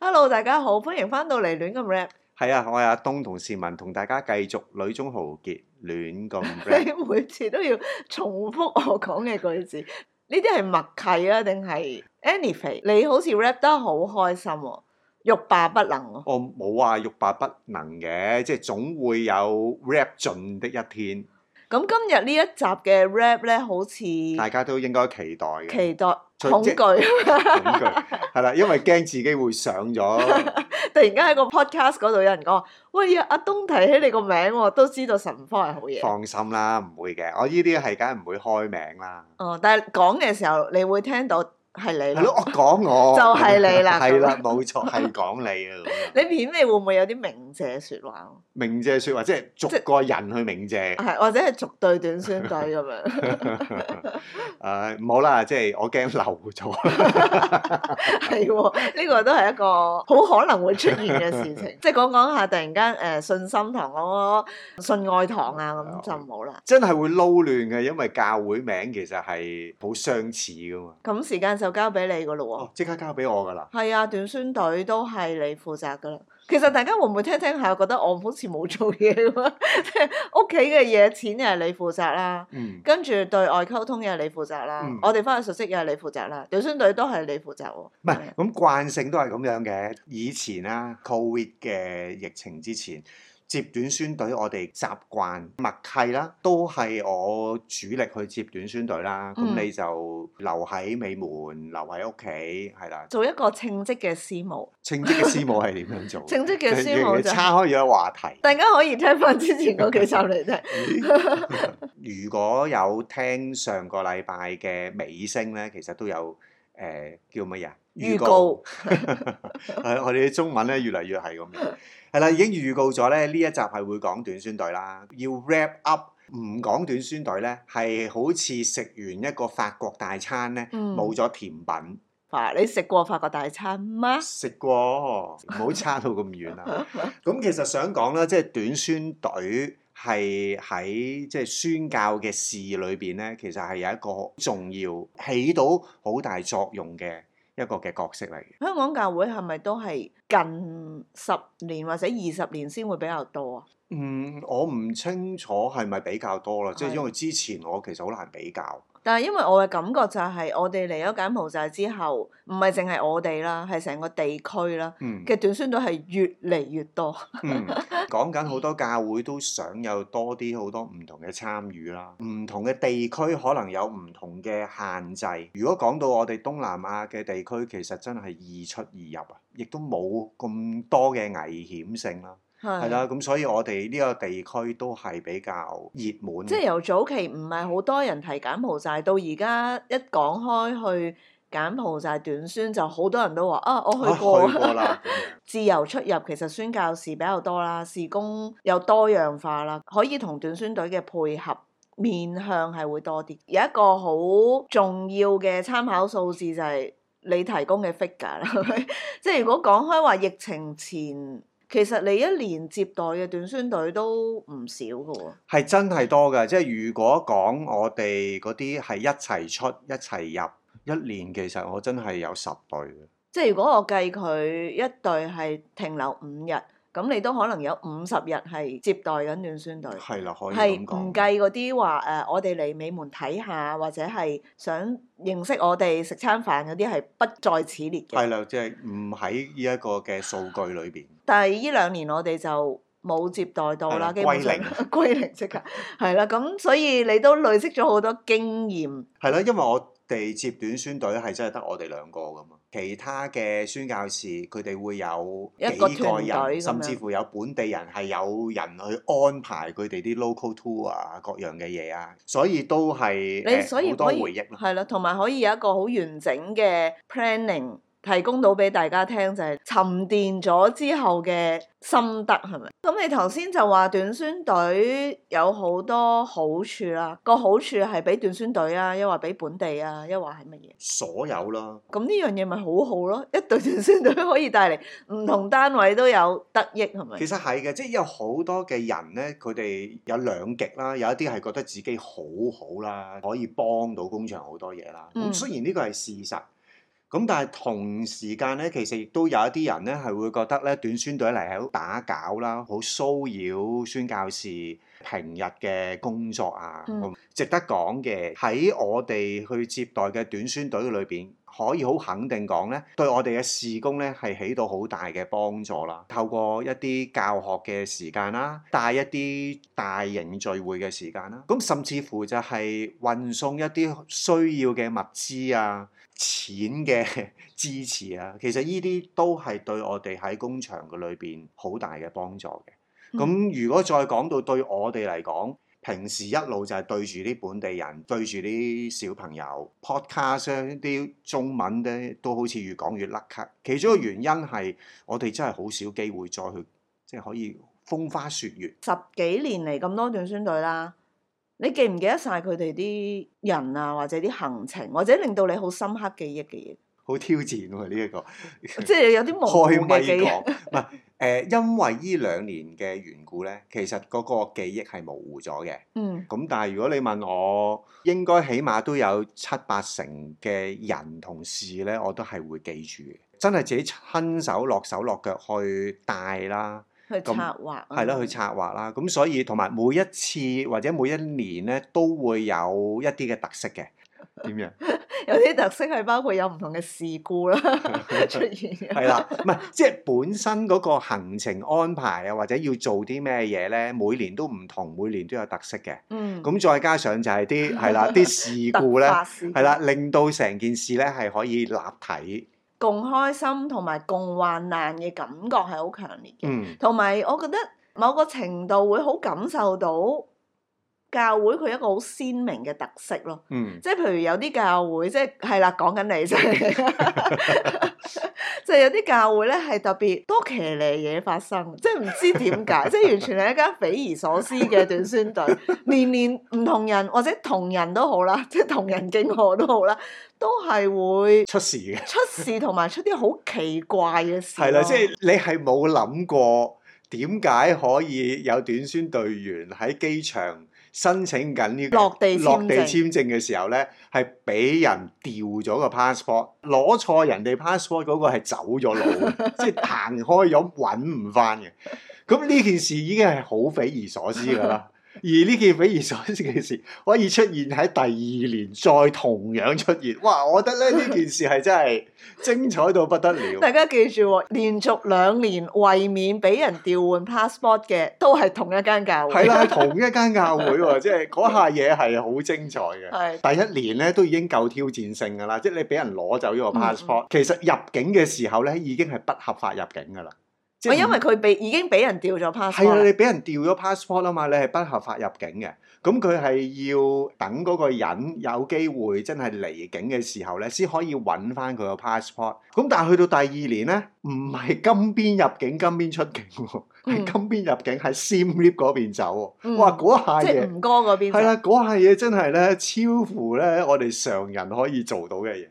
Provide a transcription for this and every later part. Hello，大家好，歡迎翻到嚟亂咁 rap。係啊，我係阿東同市民，同大家繼續女中豪傑亂咁 rap。你每次都要重複我講嘅句子， 呢啲係默契啊，定係 anyway？你好似 rap 得好開心喎、欲罷不能喎、我冇話欲罷不能嘅，即係總會有 rap 盡的一天，咁今日呢一集嘅 rap 咧，好似大期家都應該期待嘅。待除恐即懼，恐懼係啦，因為驚自己會上咗。 突然間喺個 podcast 嗰度有人講：喂，阿東提起你個名喎，都知道神科係好嘢。放心啦，唔會嘅。我呢啲係梗係唔會開名啦。哦，但係講嘅時候，你會聽到係你咯係咯，。我講我就係你啦 係啦，冇錯，係講你啊。咁樣你片尾會唔會有啲明謝説話？鳴謝説話，即係逐即係個人去鳴謝。係或者係逐對短宣隊咁樣，誒唔好啦，即係我驚漏咗。係喎，呢個都係一個好可能會出現嘅事 情。即係講講下，突然間誒、呃信心堂嗰個信愛堂啊，咁就唔好啦。真係會撈亂嘅，因為教會名其實係好相似噶嘛。咁時間就交俾你噶哦咯，即刻交俾我噶啦。喎。係啊，短宣隊都係你負責噶啦。其實大家會唔會聽聽下覺得我好似冇做嘢咁啊？ 即係屋企嘅嘢錢又係你負責啦，嗯，跟住對外溝通又係你負責啦，嗯我哋翻去述職又係你負責啦，短宣隊都係啊你負責喎。唔係咁慣性都係咁樣嘅。以前啦，Covid 嘅疫情之前，接短宣隊我哋習慣默契啦，都係我主力去接短宣隊啦。咁、嗯你就留喺美門，留喺屋企係啦。做一個稱職嘅師母。稱職嘅師母係點樣做？稱職嘅 師母就係岔開咗話題。大家可以聽翻之前嗰幾集嚟聽。如果有聽上個禮拜嘅尾聲咧，其實都有誒、呃叫乜嘢啊預告告， 係我哋啲中文咧越嚟越係咁樣。係嗯啦，已經預告咗咧，呢一集係會講短宣隊啦。要 wrap up 唔講短宣隊咧，係好似食完一個法國大餐咧，嗯 冇咗甜品。嗱，你食過法國大餐嗎？食過，唔好差到咁遠啦。咁其實想講啦，即係短宣隊係喺即係宣教嘅事裏邊咧，其實係有一個好重要起到好大作用嘅一個嘅角色嚟嘅。香港教會係咪都係近十年或者二十年先會比較多啊？嗯，我唔清楚係咪比較多啦，即係係因為之前我其實好難比較。但係因為我嘅感覺就係我哋嚟咗柬埔寨之後，唔係淨係我哋啦，係成個地區啦嗯嘅短宣隊係越嚟越多。嗯，講緊好多教會都想有多啲好多唔同嘅參與啦，唔同嘅地區可能有唔同嘅限制。如果講到我哋東南亞嘅地區，其實真係易出易入啊，亦都冇咁多嘅危險性啦。係係啦，，咁所以我哋呢個地區都係比較熱門嘅。即係由早期唔係好多人提柬埔寨，到而家一講開去柬埔寨短宣，就好多人都話啊，我啊去去過。過啦，咁樣自由出入其實宣教士比較多啦，事工又多樣化啦，可以同短宣隊嘅配合面向係會多啲。有一個好重要嘅參考數字就係你提供嘅 figure 啦， 係咪即係如果講開話疫情前，其實你一年接待嘅短宣隊都唔少㗎喎。係真係多嘅。即係如果講我哋嗰啲係一齊出一齊入，一年其實我真係有十隊嘅。即係如果我計佢一隊係停留五日，咁你都可能有五十日係接待緊短宣隊。係啦，可以係咁唔講。計嗰啲話誒，我哋嚟美門睇下，或者係想認識我哋食餐飯嗰啲係不在此列嘅。係啦，即係唔喺呢一個嘅數據裏邊。但係呢兩年我哋就冇接待到啦，係啦基本上歸零 歸零即刻係啦。咁所以你都累積咗好多經驗，係啦，因為我哋接短宣隊係真係得我哋兩個噶嘛，其他嘅宣教士佢哋會有一個幾個團隊咁樣人，甚至乎有本地人係有人去安排佢哋啲 local tour 啊，各樣嘅嘢啊，所以都係你所以誒好多可以回憶啦。係啦，同埋可以有一個好完整嘅 planning 提供到俾大家聽，就係、沉澱咗之後嘅心得係咪？咁你頭先就話短宣隊有好多好處啦，個好處係俾短宣隊啊，又話俾本地啊，又話係乜嘢？所有啦，咁呢樣嘢咪好好咯，一隊短宣隊可以帶嚟唔同單位都有得益係咪其？實係嘅，即係有好多嘅人咧，佢哋有兩極啦，有一啲係覺得自己好好啦，可以幫到工場好多嘢啦。咁、嗯雖然呢個係事實，咁但係同時間咧，其實亦都有一啲人咧係會覺得咧短宣隊嚟係好打攪啦，好騷擾宣教士平日嘅工作啊。嗯咁值得講嘅喺我哋去接待嘅短宣隊裏邊，可以好肯定講咧，對我哋嘅事工咧係起到好大嘅幫助啦。透過一啲教學嘅時間啦，帶一啲大型聚會嘅時間啦，咁甚至乎就係運送一啲需要嘅物資啊。錢嘅 支持啊，其實呢啲都係對我哋喺工場嘅裏邊好大嘅幫助嘅。咁、如果再講到對我哋嚟講，平時一路就係對住啲本地人，對住啲小朋友，podcast 呢啲中文咧都好似越講越甩咳。其中一個原因係我哋真係好少機會再去，即係可以風花雪月。十幾年嚟咁多短宣隊啦，你記唔記得晒佢哋啲人啊，或者啲行程，或者令到你好深刻記憶 嘅好挑戰喎、呢、一個。嘢，即係有啲模糊開咪嘅記憶。講，唔係誒，因為呢兩年嘅緣故咧，其實嗰個記憶係模糊咗嘅。嗯咁但係如果你問我，應該起碼都有七八成嘅人同事咧，我都係會記住嘅。真係自己親手落手落腳去帶啦，去策咁劃啊。係啦，去策劃啦。咁所以同埋每一次或者每一年咧，都會有一啲嘅特色嘅。點 樣？ 有啲特色係包括有唔同嘅事故 啦出現嘅。係啦，唔係即係本身嗰個行程安排啊，或者要做啲咩嘢咧，每年都唔同，每年都有特色嘅。嗯，咁再加上就 係啲係啦，啲事故咧突，發事係啦，令到成件事咧係可以立體。共開心同埋共患難嘅感覺係好強烈嘅，嗯，同埋、我覺得某個程度會好感受到教會佢一個好鮮明嘅特色咯。嗯，即係譬如有啲教會，即係係啦，講緊你啫。 即係有啲教會咧，係特別多騎呢嘢發生，即係唔知點 解，即係完全係一間匪夷所思嘅短宣隊， 年年唔同人或者同人都好啦， 即係同人敬賀都好啦，都係會出事嘅出事同埋出啲好奇怪嘅事咯。係啦，即係你係冇諗過點解可以有短宣隊員喺機場申請緊呢個落地簽證落地簽證嘅時候咧，係俾人調咗個 passport，攞錯人哋 passport 嗰個係走咗 路，即係行開咗揾唔翻嘅。咁呢件事已經係好匪夷所思㗎啦。而呢件匪夷所思嘅事可以出現喺第二年再同樣出現，哇！我覺得咧呢件事係真係精彩到不得了。大家記住喎，連續兩年為免俾人調換 passport 嘅，都係同一間教會。係啦，係同一間教會 喎，即係嗰下嘢係好精彩嘅。係，第一年咧都已經夠挑戰性㗎啦，即係你俾人攞走咗個嗯 passport，其實入境嘅時候咧已經係不合法入境㗎啦。即我係哦因為佢被已經俾人調咗係 passport 啊，啦。你俾人調咗 passport 啊嘛，你係不合法入境嘅。咁佢係要等嗰個人有機會真係離境嘅時候咧，先可以揾翻佢個 passport。咁但係去到第二年咧，唔係金邊入境金邊出境喎，係嗯金邊入境喺 Siem Reap 嗰邊走喎。嗯哇！嗰下即係嘢吳哥嗰邊係就。啦，嗰下嘢真係咧超乎咧我哋常人可以做到嘅嘢，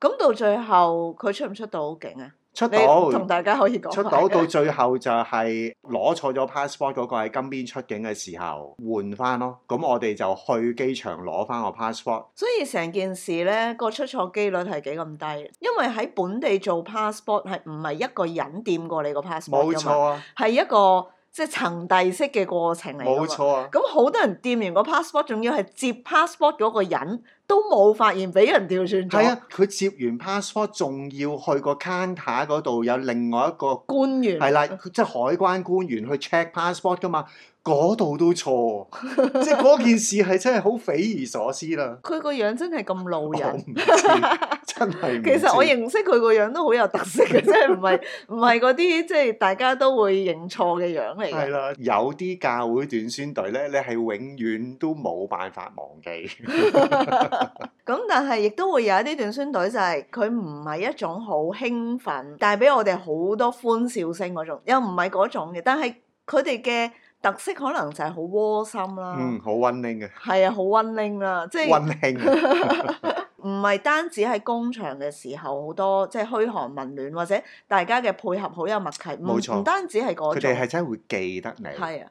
咁到最後佢出唔出到境啊？出你到同大家可以講出埋到到最後就係攞錯咗 passport 嗰個喺金邊出境嘅時候換翻咯，咁我哋就去機場攞翻個 passport。所以成件事咧個出錯機率係幾咁低，因為喺本地做 passport 係唔係一個人掂過你個 passport 冇㗎錯嘛？啊，係一個即係層遞式嘅過程嚟㗎嘛冇錯啊，咁好多人掂完個 passport，仲要係接 passport 嗰個人都冇發現俾人調轉係咗啊，佢接完 passport 仲要去個 counter 嗰度有另外一個官員。係啦，即係海關官員去 check passport 噶嘛，嗰度都錯，即係嗰件事係真係好匪夷所思啦。佢個樣真係咁路我人。唔知，真係 唔其實我知認識佢個樣都好有特色 嘅，即係唔係唔係嗰啲即係大家都會認錯嘅樣嚟係嘅。啦，有啲教會短宣隊咧，你係永遠都冇辦法忘記。咁但係亦都會有一啲短宣隊就係佢唔係一種好興奮，帶俾我哋好多歡笑聲嗰種，又唔係嗰種嘅。但係佢哋嘅特色可能就係好窩心啦嗯，，好温馨嘅，係啊、好温馨啦，啊即係温馨啊，唔係單止喺工場嘅時候好多即係噓寒問暖，或嗯者大家嘅配合好有默契，唔冇錯唔單止係嗰佢哋種，係真係會記得你。係啊。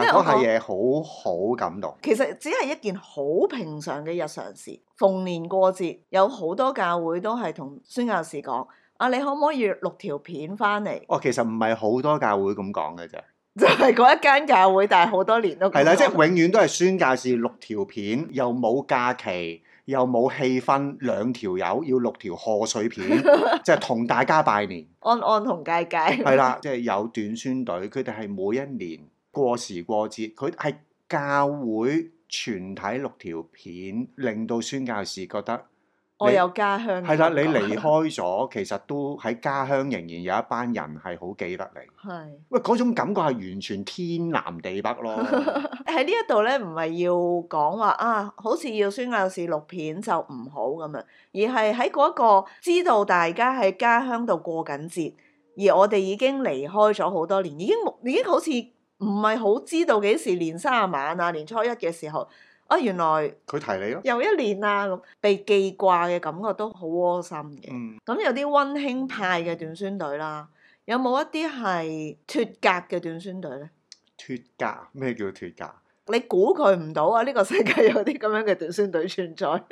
因為嗰我下覺嘢好好感動。其實只係一件好平常嘅日常事。逢年過節，有好多教會都係同宣教士講：啊，你可唔可以錄條片翻嚟？ 哦，其實唔係好多教會咁講嘅啫，就係嗰一間教會，但係好多年都咁係啦，講即係永遠都係宣教士六條片，又冇假期，又冇氣氛，兩條友要六條賀 歲片，即係同大家拜年。安安同佳佳。係啦，即係有短宣隊，佢哋係每一年過時過節，佢係教會全體六條片，令到宣教士覺得 我你有家鄉嘅係啦，你感覺離開咗，其實都喺家鄉仍然有一班人係好記得你。係喂，嗰種感覺係完全天南地北咯， 喺呢一度咧，唔係要講話啊，好似要宣教士錄片就唔好咁樣，而係喺嗰個知道大家喺家鄉度過緊節，而我哋已經離開咗好多年，已經冇已經好似唔係好知道幾時年卅晚啊，年初一嘅時候啊，原來佢提你咯。又一年啦咁，被記掛嘅感覺都好窩心嘅。嗯，咁有啲温馨派嘅短宣隊啦，有冇一啲係脱格嘅短宣隊呢？脱格咩叫脱格？你估佢唔到啊！呢、個世界有啲咁樣嘅短宣隊存在，誒、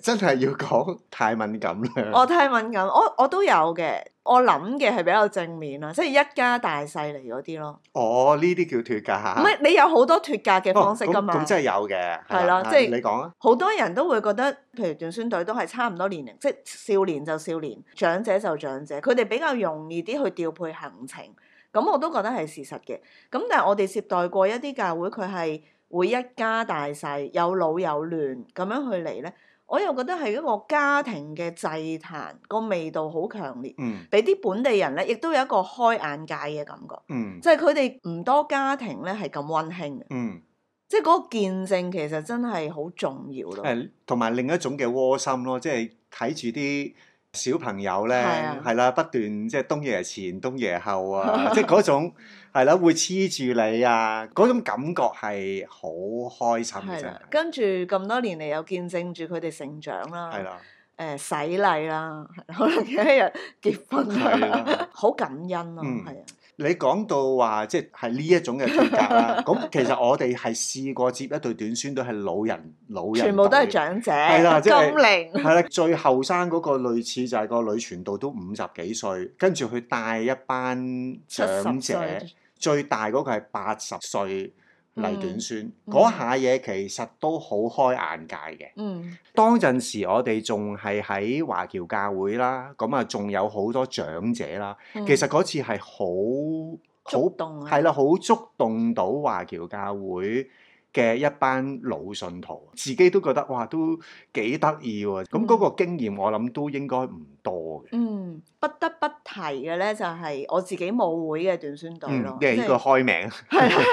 真係要講太敏感啦。我太敏感，我我都有嘅。我諗嘅係比較正面啊啦，即係一家大細嚟嗰啲咯。哦，呢啲叫脱格嚇。唔係、你有好多脱格嘅方式啊哦㗎咁嘛。咁真係有嘅。係啦啦，即係你講啊。好多人都會覺得，譬如短宣隊都係差唔多年齡，即係少年就少年，長者就長者，佢哋比較容易啲去調配行程。咁我都覺得係事實嘅。咁但係我哋接待過一啲教會，佢係會一家大細，有老有嫩咁樣去嚟呢，我又覺得係一個家庭嘅祭壇，個味道好強烈，嗯俾啲本地人呢，亦都有一個開眼界嘅感覺，嗯即係佢哋唔多家庭呢係咁温馨嘅，嗯，即係嗰個見證其實真係好重要咯。誒，同埋另一種嘅窩心咯，即係睇住啲。小朋友咧，係啊係啦，不斷即係東爺前、東爺後 啊，即係嗰種係啦，會黐住你啊，嗰種感覺係好開心嘅係真啦係，。跟住咁多年嚟又見證住佢哋成長啦，係啦，誒、洗禮啦， 可能有一日結婚係啦啦，好感恩咯，嗯係啊、你講到話即係呢一種嘅脱格 啦，咁其實我哋係試過接一隊短宣隊係老人老人，全部都係。長者，係啦即金係齡，係啦，最後生嗰個類似就係個女傳道都五十幾歲，跟住佢帶一班七長十者，歲，最大嗰個係八十歲嚟短宣，嗯嗰、下嘢其實都好開眼界嘅。嗯，當陣時我哋仲係喺華僑教會啦，咁啊仲有好多長者啦，嗯其實嗰次係好好觸動啊係啦，好觸動到華僑教會嘅一班老信徒，自己都覺得哇，都幾得意喎。咁嗰個經驗我諗都應該唔多嘅。嗯，不得不提嘅咧就係我自己冇會嘅短宣隊嗯咯，，因為即呢個係開名，係啦，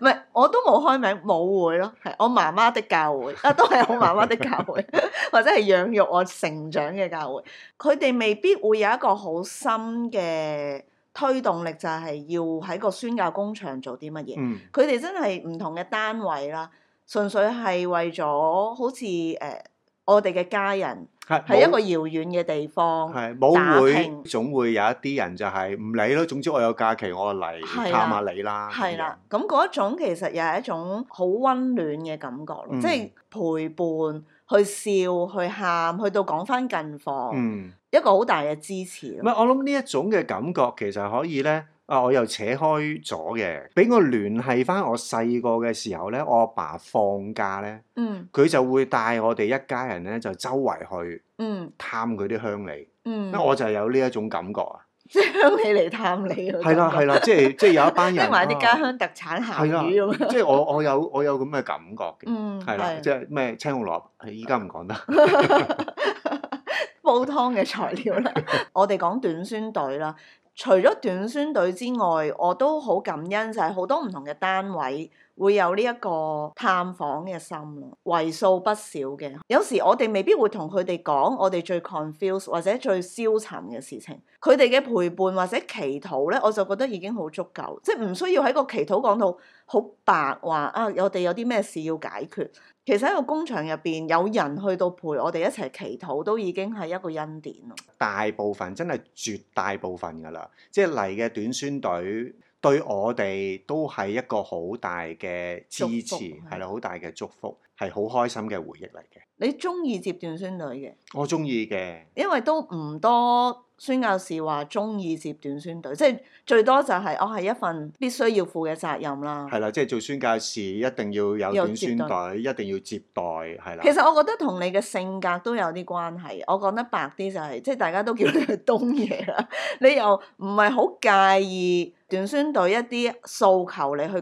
唔係我都冇開名冇會咯，係我媽媽的教會 啊，都係我媽媽的教會， 或者係養育我成長嘅教會。佢哋未必會有一個好深嘅推動力，就係要喺個宣教工場做啲乜嘢。 嗯佢哋真係唔同嘅單位啦，純粹係為咗好似誒、呃我哋嘅家人係喺一個冇遙遠嘅地方，係打冇會拼總會有一啲人就係唔理咯，總之我有假期我就嚟係啦探下你啦。係啊咁樣啦，，咁嗰一種其實又係一種好温暖嘅感覺咯，嗯即係陪伴、去笑、去喊，去到講翻近況，嗯。啊一個好大嘅支持唔咯。係，我諗呢一種嘅感覺其實可以咧，啊，我又扯開咗嘅，俾我聯繫翻我細個嘅時候咧，我阿爸放假咧，嗯佢就會帶我哋一家人咧就周圍去嗯探佢啲鄉里，嗯， 咁啊我就有呢一種感覺啊，即係鄉里嚟探你嗰種係啦係啦，即係即係有一班人拎埋啲家啊鄉特產鹹係啦魚咁樣。即係我我有我有咁嘅感覺嘅，嗯，係啦，即係係咩青紅蘿蔔，依家唔講得， 煲湯嘅材料啦。我哋講短宣隊啦，除咗短宣隊之外，我都好感恩就係好多唔同嘅單位會有呢一個探訪嘅心咯，為數不少嘅。有時我哋未必會同佢哋講我哋最 confuse 或者最消沉嘅事情，佢哋嘅陪伴或者祈禱呢，我就覺得已經好足夠，即係唔需要喺個祈禱講到好白話啊，我哋有啲咩事要解決。其實喺個工場入邊有人去到陪我哋一齊祈禱，都已經係一個恩典咯。大部分真係絕大部分㗎啦，即係嚟嘅短宣隊。對我哋都係一個好大嘅支持，祝福係啦，好大嘅祝福，係好開心嘅回憶嚟嘅。你中意接短宣隊嘅，我中意嘅，因為都唔多宣教士話中意接短宣隊，即係最多就係我係一份必須要負嘅責任啦。係啦，即係做宣教士一定要有嗯有短宣接待隊，一定要接待，係啦其。實我覺得同你嘅性格都有啲關係。我講得白啲就係、即係大家都叫你去東爺啦，你又唔係好介意短宣隊一啲訴求你去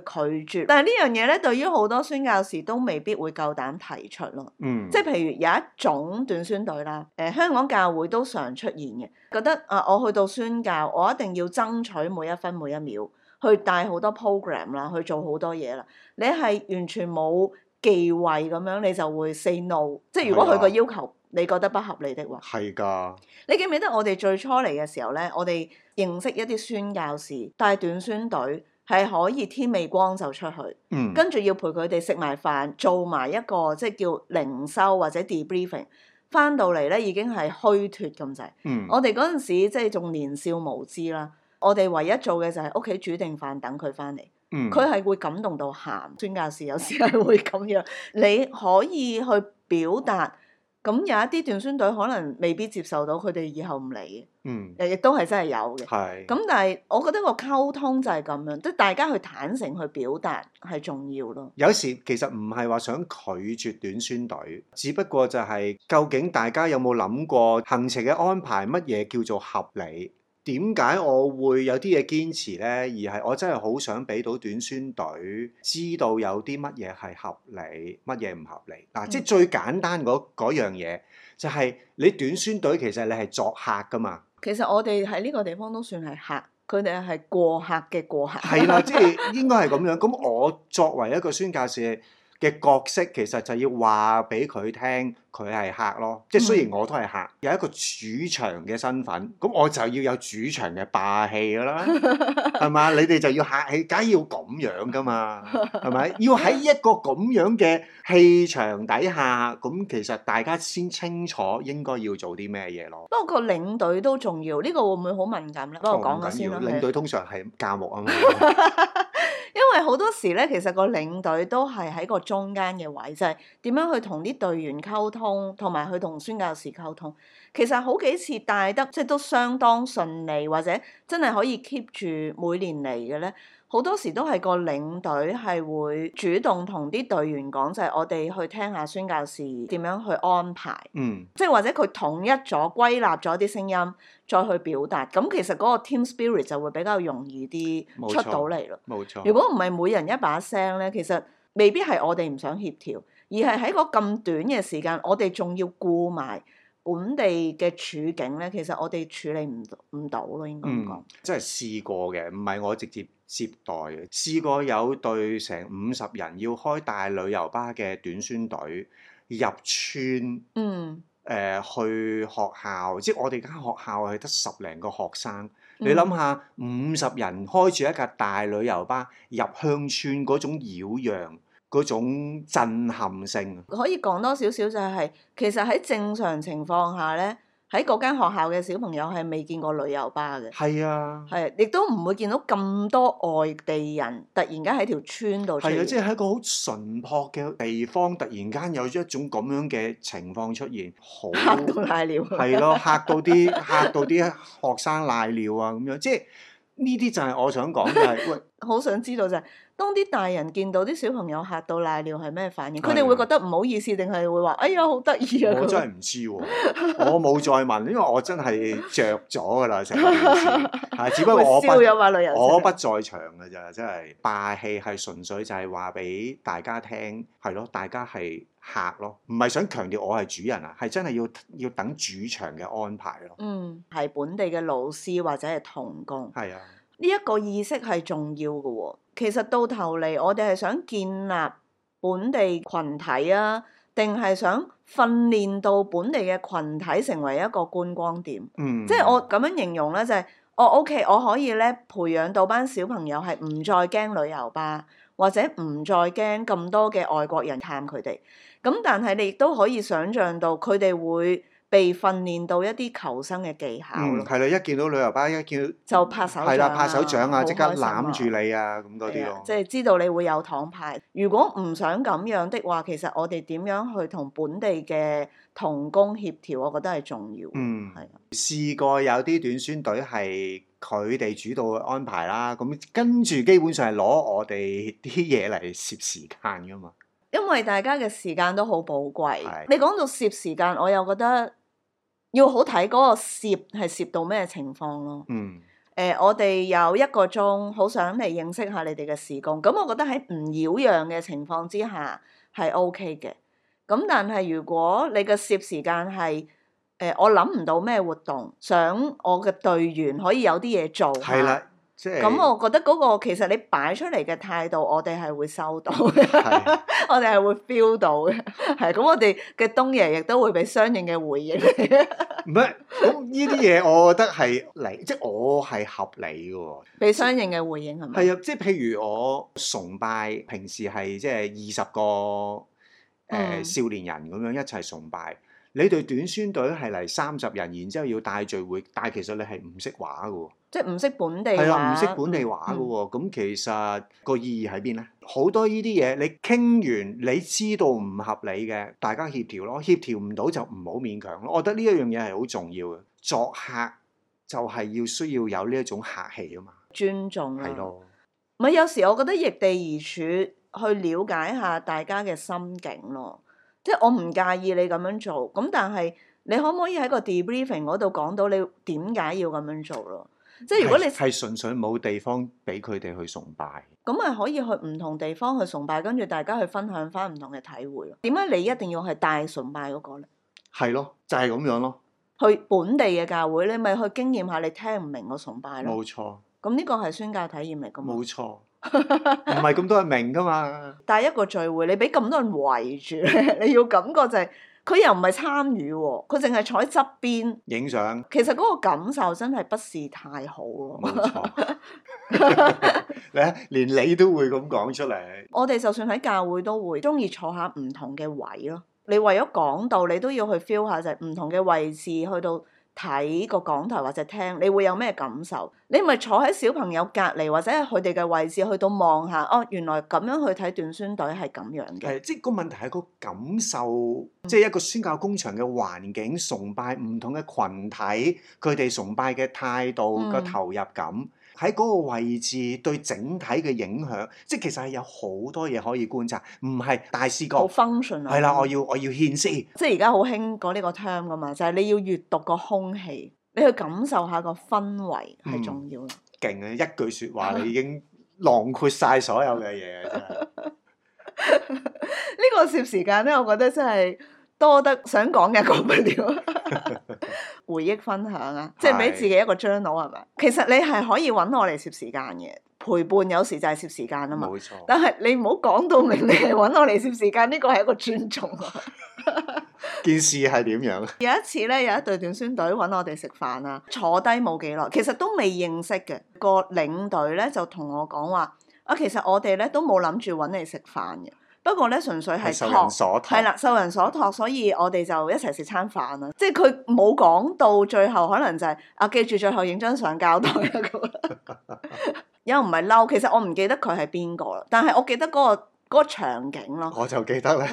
拒絕。但係呢樣嘢咧，對於好多宣教士都未必會夠膽提出咯。嗯，即係譬如有一種短宣隊啦，誒、香港教會都常出現嘅，覺得啊我去到宣教，我一定要爭取每一分每一秒，去帶好多 program 啦，去做好多嘢啦。你係完全冇忌諱咁樣，你就會 say no。即係如果係啊佢個要求你覺得不合理的話，係㗎，你記唔記得我哋最初嚟嘅時候咧，我哋認識一啲宣教士帶短宣隊。係可以天未光就出去，嗯，跟住要陪佢哋食埋飯，做埋一個即係叫零修或者 debriefing，翻到嚟咧已經係虛脱咁滯。嗯，我哋嗰陣時即係仲年少無知啦，我哋唯一做嘅就係屋企煮定飯等佢翻嚟。嗯，佢係會感動到喊，宣教士有時係會咁樣。你可以去表達，咁有一啲短宣隊可能未必接受到，佢哋以後唔嚟嘅，嗯，誒亦都係真係有嘅。係，咁但係我覺得個溝通就係咁樣，即係大家去坦誠去表達係重要咯。有時其實唔係話想拒絕短宣隊，只不過就係究竟大家有冇諗過行程嘅安排乜嘢叫做合理？點解我會有啲嘢堅持呢？而係我真係好想俾到短宣隊知道有啲乜嘢係合理，乜嘢唔合理。嗱、即係嗯最簡單嗰嗰樣嘢，就係、你短宣隊其實你係作客噶嘛。其實我哋喺呢個地方都算係客，佢哋係過客嘅過客。係啦，即係應該係咁樣。咁我作為一個宣教士嘅角色，其實就要話俾佢聽，佢係客咯。嗯即係雖然我都係客，有一個主場嘅身份，咁我就要有主場嘅霸氣 㗎啦，係嘛？你哋就要客氣，梗係要咁樣噶 嘛，係咪？要喺一個咁樣嘅氣場底下，咁其實大家先清楚應該要做啲咩嘢咯。不過個領隊都重要，呢、個會唔會好敏感咧？不過講哦唔咗緊先要啦。領隊通常係教牧 啊嘛。因為好多時咧，其實個領隊都係喺個中間嘅位，就係、點樣去同啲隊員溝通，同埋去同宣教士溝通。其實好幾次帶得即係都相當順利，或者真係可以 keep 住每年嚟嘅咧，好多時都係個領隊係會主動同啲隊員講，就係、我哋去聽下宣教士點樣去安排。嗯即係或者佢統一咗、歸納咗啲聲音，再去表達，咁其實嗰個 team spirit 就會比較容易冇啲錯哦出到嚟咯。冇錯。如果唔係每人一把聲咧，其實未必係我哋唔想協調，而係喺個咁短嘅時間，我哋仲要顧埋本地嘅處境咧，其實我哋處理唔到唔到咯，應該咁講嗯。，真係試過嘅，唔係我直接接待嘅。試過有隊成五十人要開大旅遊巴嘅短宣隊入村誒、嗯，呃去學校，即係我哋間學校係得十零個學生。嗯你諗下，五十人開住一架大旅遊巴入鄉村嗰種擾攘，嗰種震撼性，可以講多少少就係、其實喺正常情況下咧，喺嗰間學校嘅小朋友係未見過旅遊巴嘅。係啊。係，亦都唔會見到咁多外地人突然間喺條村度出係啊，現。即係喺一個好淳樸嘅地方，突然間有一種咁樣嘅情況出現，好 嚇到瀨尿。係啊咯，嚇到啲 嚇到啲學生賴尿啊咁樣，即係呢啲就係我想講就 係、喂， 好想知道就係、當啲大人見到啲小朋友嚇到瀨尿係咩反應？佢係哋會覺得唔好意思，定係會話：哎呀，好得意啊！我真係咁唔知喎、我冇再問，因為我真係着咗㗎 啦成件事，係只不過會我不燒咗把旅遊我車不在場㗎咋，真係霸氣係純粹就係話俾大家聽，係咯，大家係客咯，唔係想強調我係主人啊，係真係要要等主場嘅安排咯，嗯，係本地嘅老師或者係童工，呢係啊，一個意識係重要嘅喎。其實到頭嚟，我哋係想建立本地群體啊，定係想訓練到本地嘅群體成為一個觀光點？嗯，即係我咁樣形容咧，就係、我 OK，我可以咧培養到班小朋友係唔再驚旅遊巴，或者唔再驚咁多嘅外國人探佢哋。咁但係你亦都可以想像到佢哋會被訓練到一啲求生嘅技巧嗯，咯，係啦，一見到旅遊巴，一見到就拍手係啦，掌拍手掌啊，好即刻開心啊攬住你啊，咁嗰係啲啊咯即。係知道你會有糖派。如果唔想咁樣的話，其實我哋點樣去同本地嘅童工協調，我覺得係重要。嗯係啊，試過有啲短宣隊係佢哋主導安排啦，咁跟住基本上係攞我哋啲嘢嚟攝時間噶嘛。因為大家嘅時間都好寶貴係。你講到攝時間，我又覺得要好睇嗰個攝係攝到咩情況咯。嗯誒、呃我哋有一個鐘，好想嚟認識下你哋嘅時工。咁我覺得喺唔擾攘嘅情況之下係 OK 嘅。咁但係如果你嘅攝時間係誒、呃我諗唔到咩活動，想我嘅隊員可以有啲嘢做下係。啦，即係咁我覺得嗰、個其實你擺出嚟嘅態度，我哋係會收到嘅， 係我哋係會 feel 到嘅。係咁，我哋嘅東爺亦都會俾相應嘅回應你。唔係咁呢啲嘢，我覺得係理，即係我係合理嘅喎。俾相應嘅回應係咪？係啊，即係譬如我崇拜平時係即係二十個誒、呃嗯少年人咁樣一齊崇拜，你對短宣隊係嚟三十人，然之後要帶聚會，但係其實你係唔識畫嘅喎，即係唔識本地嗯係啊，唔話識本地畫嘅喎，咁、其實個意義喺邊咧？好多呢啲嘢你傾完，你知道唔合理嘅，大家協調咯，協調唔到就唔好勉強咯。我覺得呢一樣嘢係好重要嘅，作客就係要需要有呢一種客氣啊嘛，尊重啊係。咯，唔係有時我覺得易地而處，去了解下大家嘅心境咯。即係我唔介意你咁樣做，咁但係你可唔可以喺個 debriefing 嗰度講到你點解要咁樣做咯？即係如果你係係純粹冇地方俾佢哋去崇拜，咁咪可以去唔同地方去崇拜，跟住大家去分享翻唔同嘅體會咯。點解你一定要係大崇拜嗰個咧？係咯，就係、咁樣咯，去本地嘅教會，你咪去經驗下你聽唔明個崇拜咯。嗯冇錯咁呢個係宣教體驗嚟噶嘛？冇錯，唔係咁多人明噶嘛，但係一個聚會，你俾咁多人圍住 咧，你要感覺就係、佢又唔係參與喎，佢淨係坐喺側邊。影相其實嗰個感受真係不是太好咯。冇 錯，你啊連你都會咁講出嚟，我哋就算喺教會都會中意坐下唔同嘅位咯。你為咗講道，你都要去 feel 下就係唔同嘅位置，去到睇個講台或者聽，你會有咩感受？你咪坐喺小朋友隔離或者係佢哋嘅位置，去到望下哦，原來咁樣去睇短宣隊係咁樣嘅。係哦即係個問題係個感受，嗯即係一個宣教工場嘅環境，崇拜唔同嘅群體，佢哋崇拜嘅態度、個、嗯投入感。喺嗰個位置對整體嘅影響，即係其實係有好多嘢可以觀察，唔係大視好覺 function 啊！係啦，我要我要獻詩，即係而家好興講呢個 term 噶嘛，就係、你要閲讀個空氣，你去感受下個氛圍嗯係重要啦。勁啊！一句説話你已經囊括晒所有嘅嘢，真係呢、個攝時間咧，我覺得真係多得想講嘅講不了。 回憶分享啊，即係俾係自己一個 journal 係咪？其實你係可以揾我嚟攝時間嘅，陪伴有時就係攝時間啊嘛。冇錯。但係你唔好講到明你係揾我嚟攝時間，呢個係一個尊重啊。件事係點樣？有一次咧，有一隊短宣隊揾我哋食飯啊，坐低冇幾耐，其實都未認識嘅。個領隊咧就同我講話：啊，其實我哋咧都冇諗住揾你食飯嘅，不過咧純粹係受係人托，所託。係啦，受人所託，所以我哋就一齊食餐飯啦。即係佢冇講到最後，可能就係、啊，記住最後影張相交代啦 咁。又唔係嬲，其實我唔記得佢係邊個啦，但係我記得嗰、個嗰個場景咯。我就記得咧，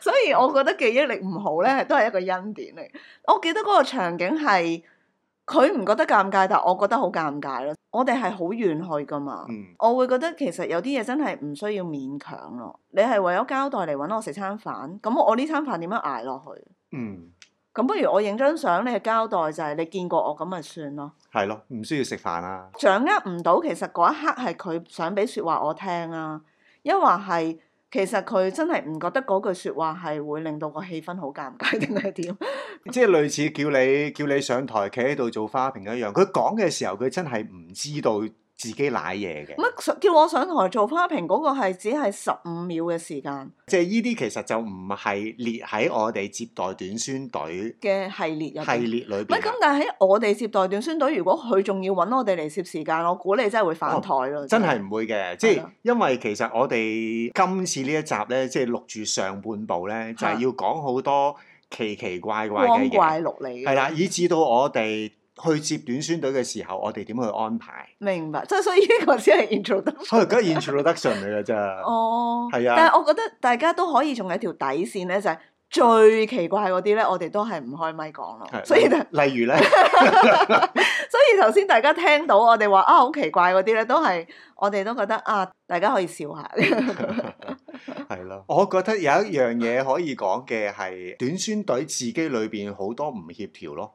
所以我覺得記憶力唔好咧，都係一個恩典嚟。我記得嗰個場景係佢唔覺得尷尬，但我覺得好尷尬咯。我哋係好遠去噶嘛，嗯，我會覺得其實有啲嘢真係唔需要勉強咯。你係為咗交代嚟揾我食餐飯，咁我呢餐飯點樣捱落去？嗯，咁不如我影張相，你係交代就係你見過我咁咪算咯。係咯，唔需要食飯啦，掌握唔到，其實嗰一刻係佢想俾説話我聽啊，抑或係其實佢真係唔覺得嗰句説話係會令到個氣氛好尷尬定係 點？即係類似叫你叫你上台企喺度做花瓶一樣。佢講嘅時候，佢真係唔知道自己賴嘢嘅。乜上叫我上台做花瓶嗰個係只係十五秒嘅時間即係呢啲其實就唔係列喺我哋接待短宣隊嘅系列入系邊。列裏乜邊咁啦，？但係喺我哋接待短宣隊，如果佢仲要揾我哋嚟攝時間，我估你真係會反台咯、哦真係唔會嘅，即係係啦因為其實我哋今次呢一集呢，即係錄住上半部呢，就係嚇要講好多奇奇怪怪光嘅怪嘢，陸離嘅係啦，以至到我哋去接短宣隊嘅時候，我哋點去安排？明白，即係所以呢個先係 intro 得佢而家 introduction 嚟嘅咋， 哦，係啊但係我覺得大家都可以仲有一條底線咧，就係、最奇怪嗰啲咧，我哋都係唔開咪講咯。係所以就 例例如咧，所以頭先大家聽到我哋話啊好奇怪嗰啲咧，都係我哋都覺得啊，大家可以笑下。 係咯，我覺得有一樣嘢可以講嘅係短宣隊自己裏邊好多唔協調咯，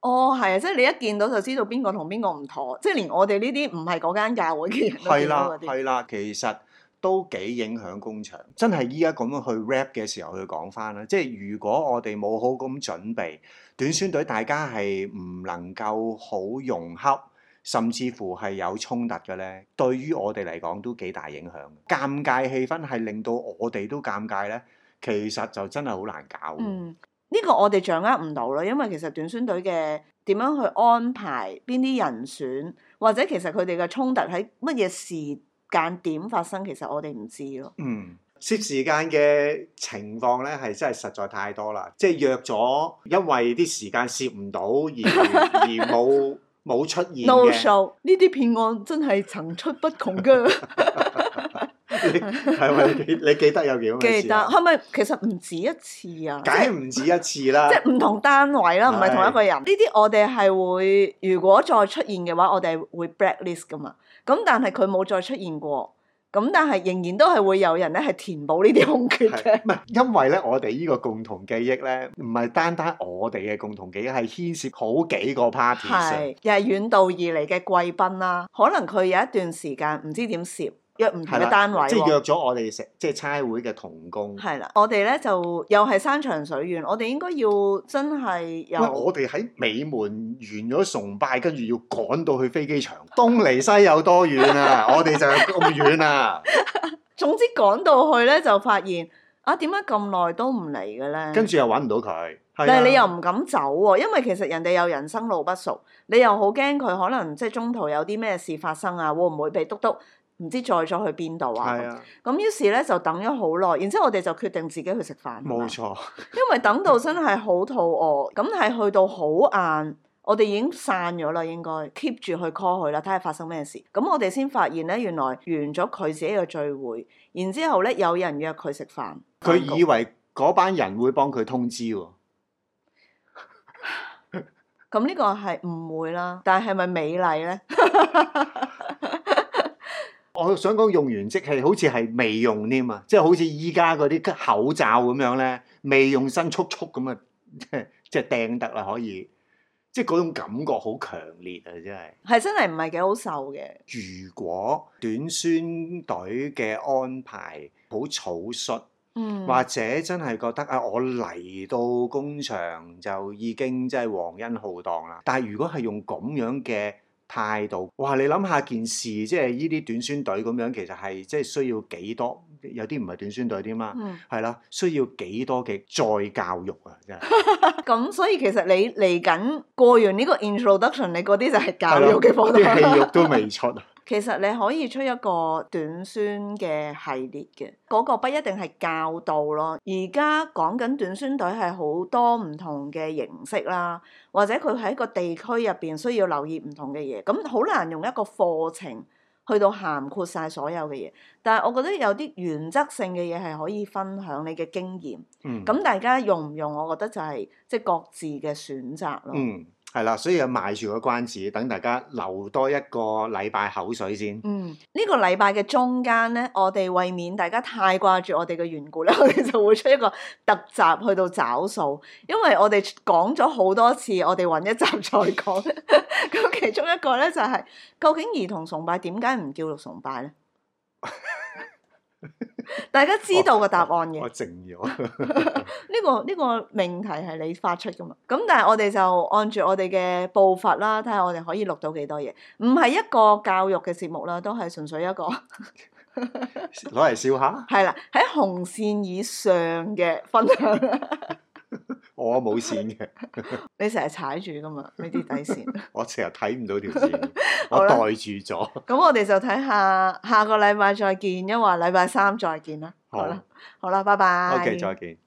哦，係啊，即係你一見到就知道邊個同邊個唔妥，即係連我哋呢啲唔係嗰間教會嘅人都係見到啦嗰啲。係啦，其實。都幾影響工場，真係依家咁樣去 rap 嘅時候去講翻啦。即係如果我哋冇好咁準備，短宣隊大家係唔能夠好融洽，甚至乎係有衝突嘅咧，對於我哋嚟講都幾大影響。尷尬氣氛係令到我哋都尷尬咧，其實就真係好難搞。嗯，呢、個我哋掌握唔到咯，因為其實短宣隊嘅點樣去安排邊啲人選，或者其實佢哋嘅衝突喺乜嘢時間點發生，其實我哋唔知咯。嗯，攝時間嘅情況咧係真係實在太多啦，即係約咗，因為啲時間攝唔到 而而冇冇出現 No 嘅， show 呢啲騙案真係層出不窮 㗎，你係咪你記你記得有幾多 嘅記事得啊？係咪？其實唔止一次啊，即梗係係唔止一次啦即，係唔同單位啦，唔係係同一個人。呢啲我哋係會，如果再出現嘅話，我哋係會 blacklist 噶嘛。咁但係佢冇再出現過，咁但係仍然都係會有人咧係填補呢啲空缺係嘅。唔係因為咧我哋呢個共同記憶咧，唔係單單我哋嘅共同記憶，係牽涉好幾個啊 party 係，又係遠道而嚟嘅貴賓啦。可能佢有一段時間唔知點攝，約唔同嘅單位即係約喎。咗我哋成即係差會嘅同工。係啦，我哋咧就又係山長水遠，我哋應該要真係喂，有。我哋喺美門完咗崇拜，跟住要趕到去飛機場，東離西有多遠啊？ 我哋就係咁遠啊！總之趕到去咧，就發現啊點解咁耐都唔嚟嘅咧？跟住又揾唔到佢，係啊但係你又唔敢走喎、因為其實人哋又人生路不熟，你又好驚佢可能即係中途有啲咩事發生啊，會唔會被督督？唔知再咗去邊度係啊？啊，咁於是咧就等咗好耐，然之後我哋就決定自己去食飯。係咪冇錯，因為等到真係好肚餓，咁係去到好晏，我哋已經散咗啦，應該 keep 住去 call 佢啦，睇下發生咩事。咁我哋先發現咧，原來完咗佢自己嘅聚會，然之後咧有人約佢食飯。佢飯局以為嗰班人會幫佢通知喎，咁呢個係誤會啦，但係咪美麗咧？我想講用完即棄，好似係未用添啊！即係好似依家嗰啲口罩咁樣咧，未用新速速咁啊， 即係即係掟得啦，可以，即係嗰種感覺好強烈啊！真係。係真係唔係幾好受嘅。如果短宣隊嘅安排好草率，嗯或者真係覺得啊，我嚟到工場就已經真係皇恩浩蕩啦。但係如果係用咁樣嘅態度，哇！你諗下件事，即係呢啲短宣隊咁樣，其實係即係需要幾多？有啲唔係短宣隊添嘛，嗯，係啦，需要幾多嘅再教育 啊！真係咁所以其實你嚟緊過完呢個 introduction，你嗰啲就係教係育咯嘅課啲題。戲肉都未出啊！其實你可以出一個短宣嘅系列嘅，嗰、個不一定係教導咯。而家講緊短宣隊係好多唔同嘅形式啦，或者佢喺個地區入邊需要留意唔同嘅嘢，咁好難用一個課程去到涵括晒所有嘅嘢。但係我覺得有啲原則性嘅嘢係可以分享你嘅經驗。嗯。咁大家用唔用，我覺得就係即係各自嘅選擇咯。嗯，係啦，所以啊賣住個關子，等大家留多一個禮拜口水先。嗯，呢個禮拜嘅中間呢，我哋為免大家太掛住我哋嘅緣故咧， 我哋就會出一個特集去到找數，因為我哋講咗好多次，我哋揾一集再講。 咁其中一個呢，就係、究竟兒童崇拜點解唔叫做崇拜呢？大家知道個答案嘅，我靜咗， 呢、個呢、個命題係你發出噶嘛？咁但係我哋就按住我哋嘅步伐啦，睇下我哋可以錄到幾多嘢。唔係一個教育嘅節目啦，都係純粹一個攞嚟笑下。係啦，喺紅線以上嘅分享。 我冇線嘅，你成日踩住噶嘛呢啲底 線。我成日睇唔到條 線，好我啦袋住咗。咁我哋就睇下下個禮拜再見，因為禮拜三再見啦。好啦，好啦，拜拜。 OK，再見。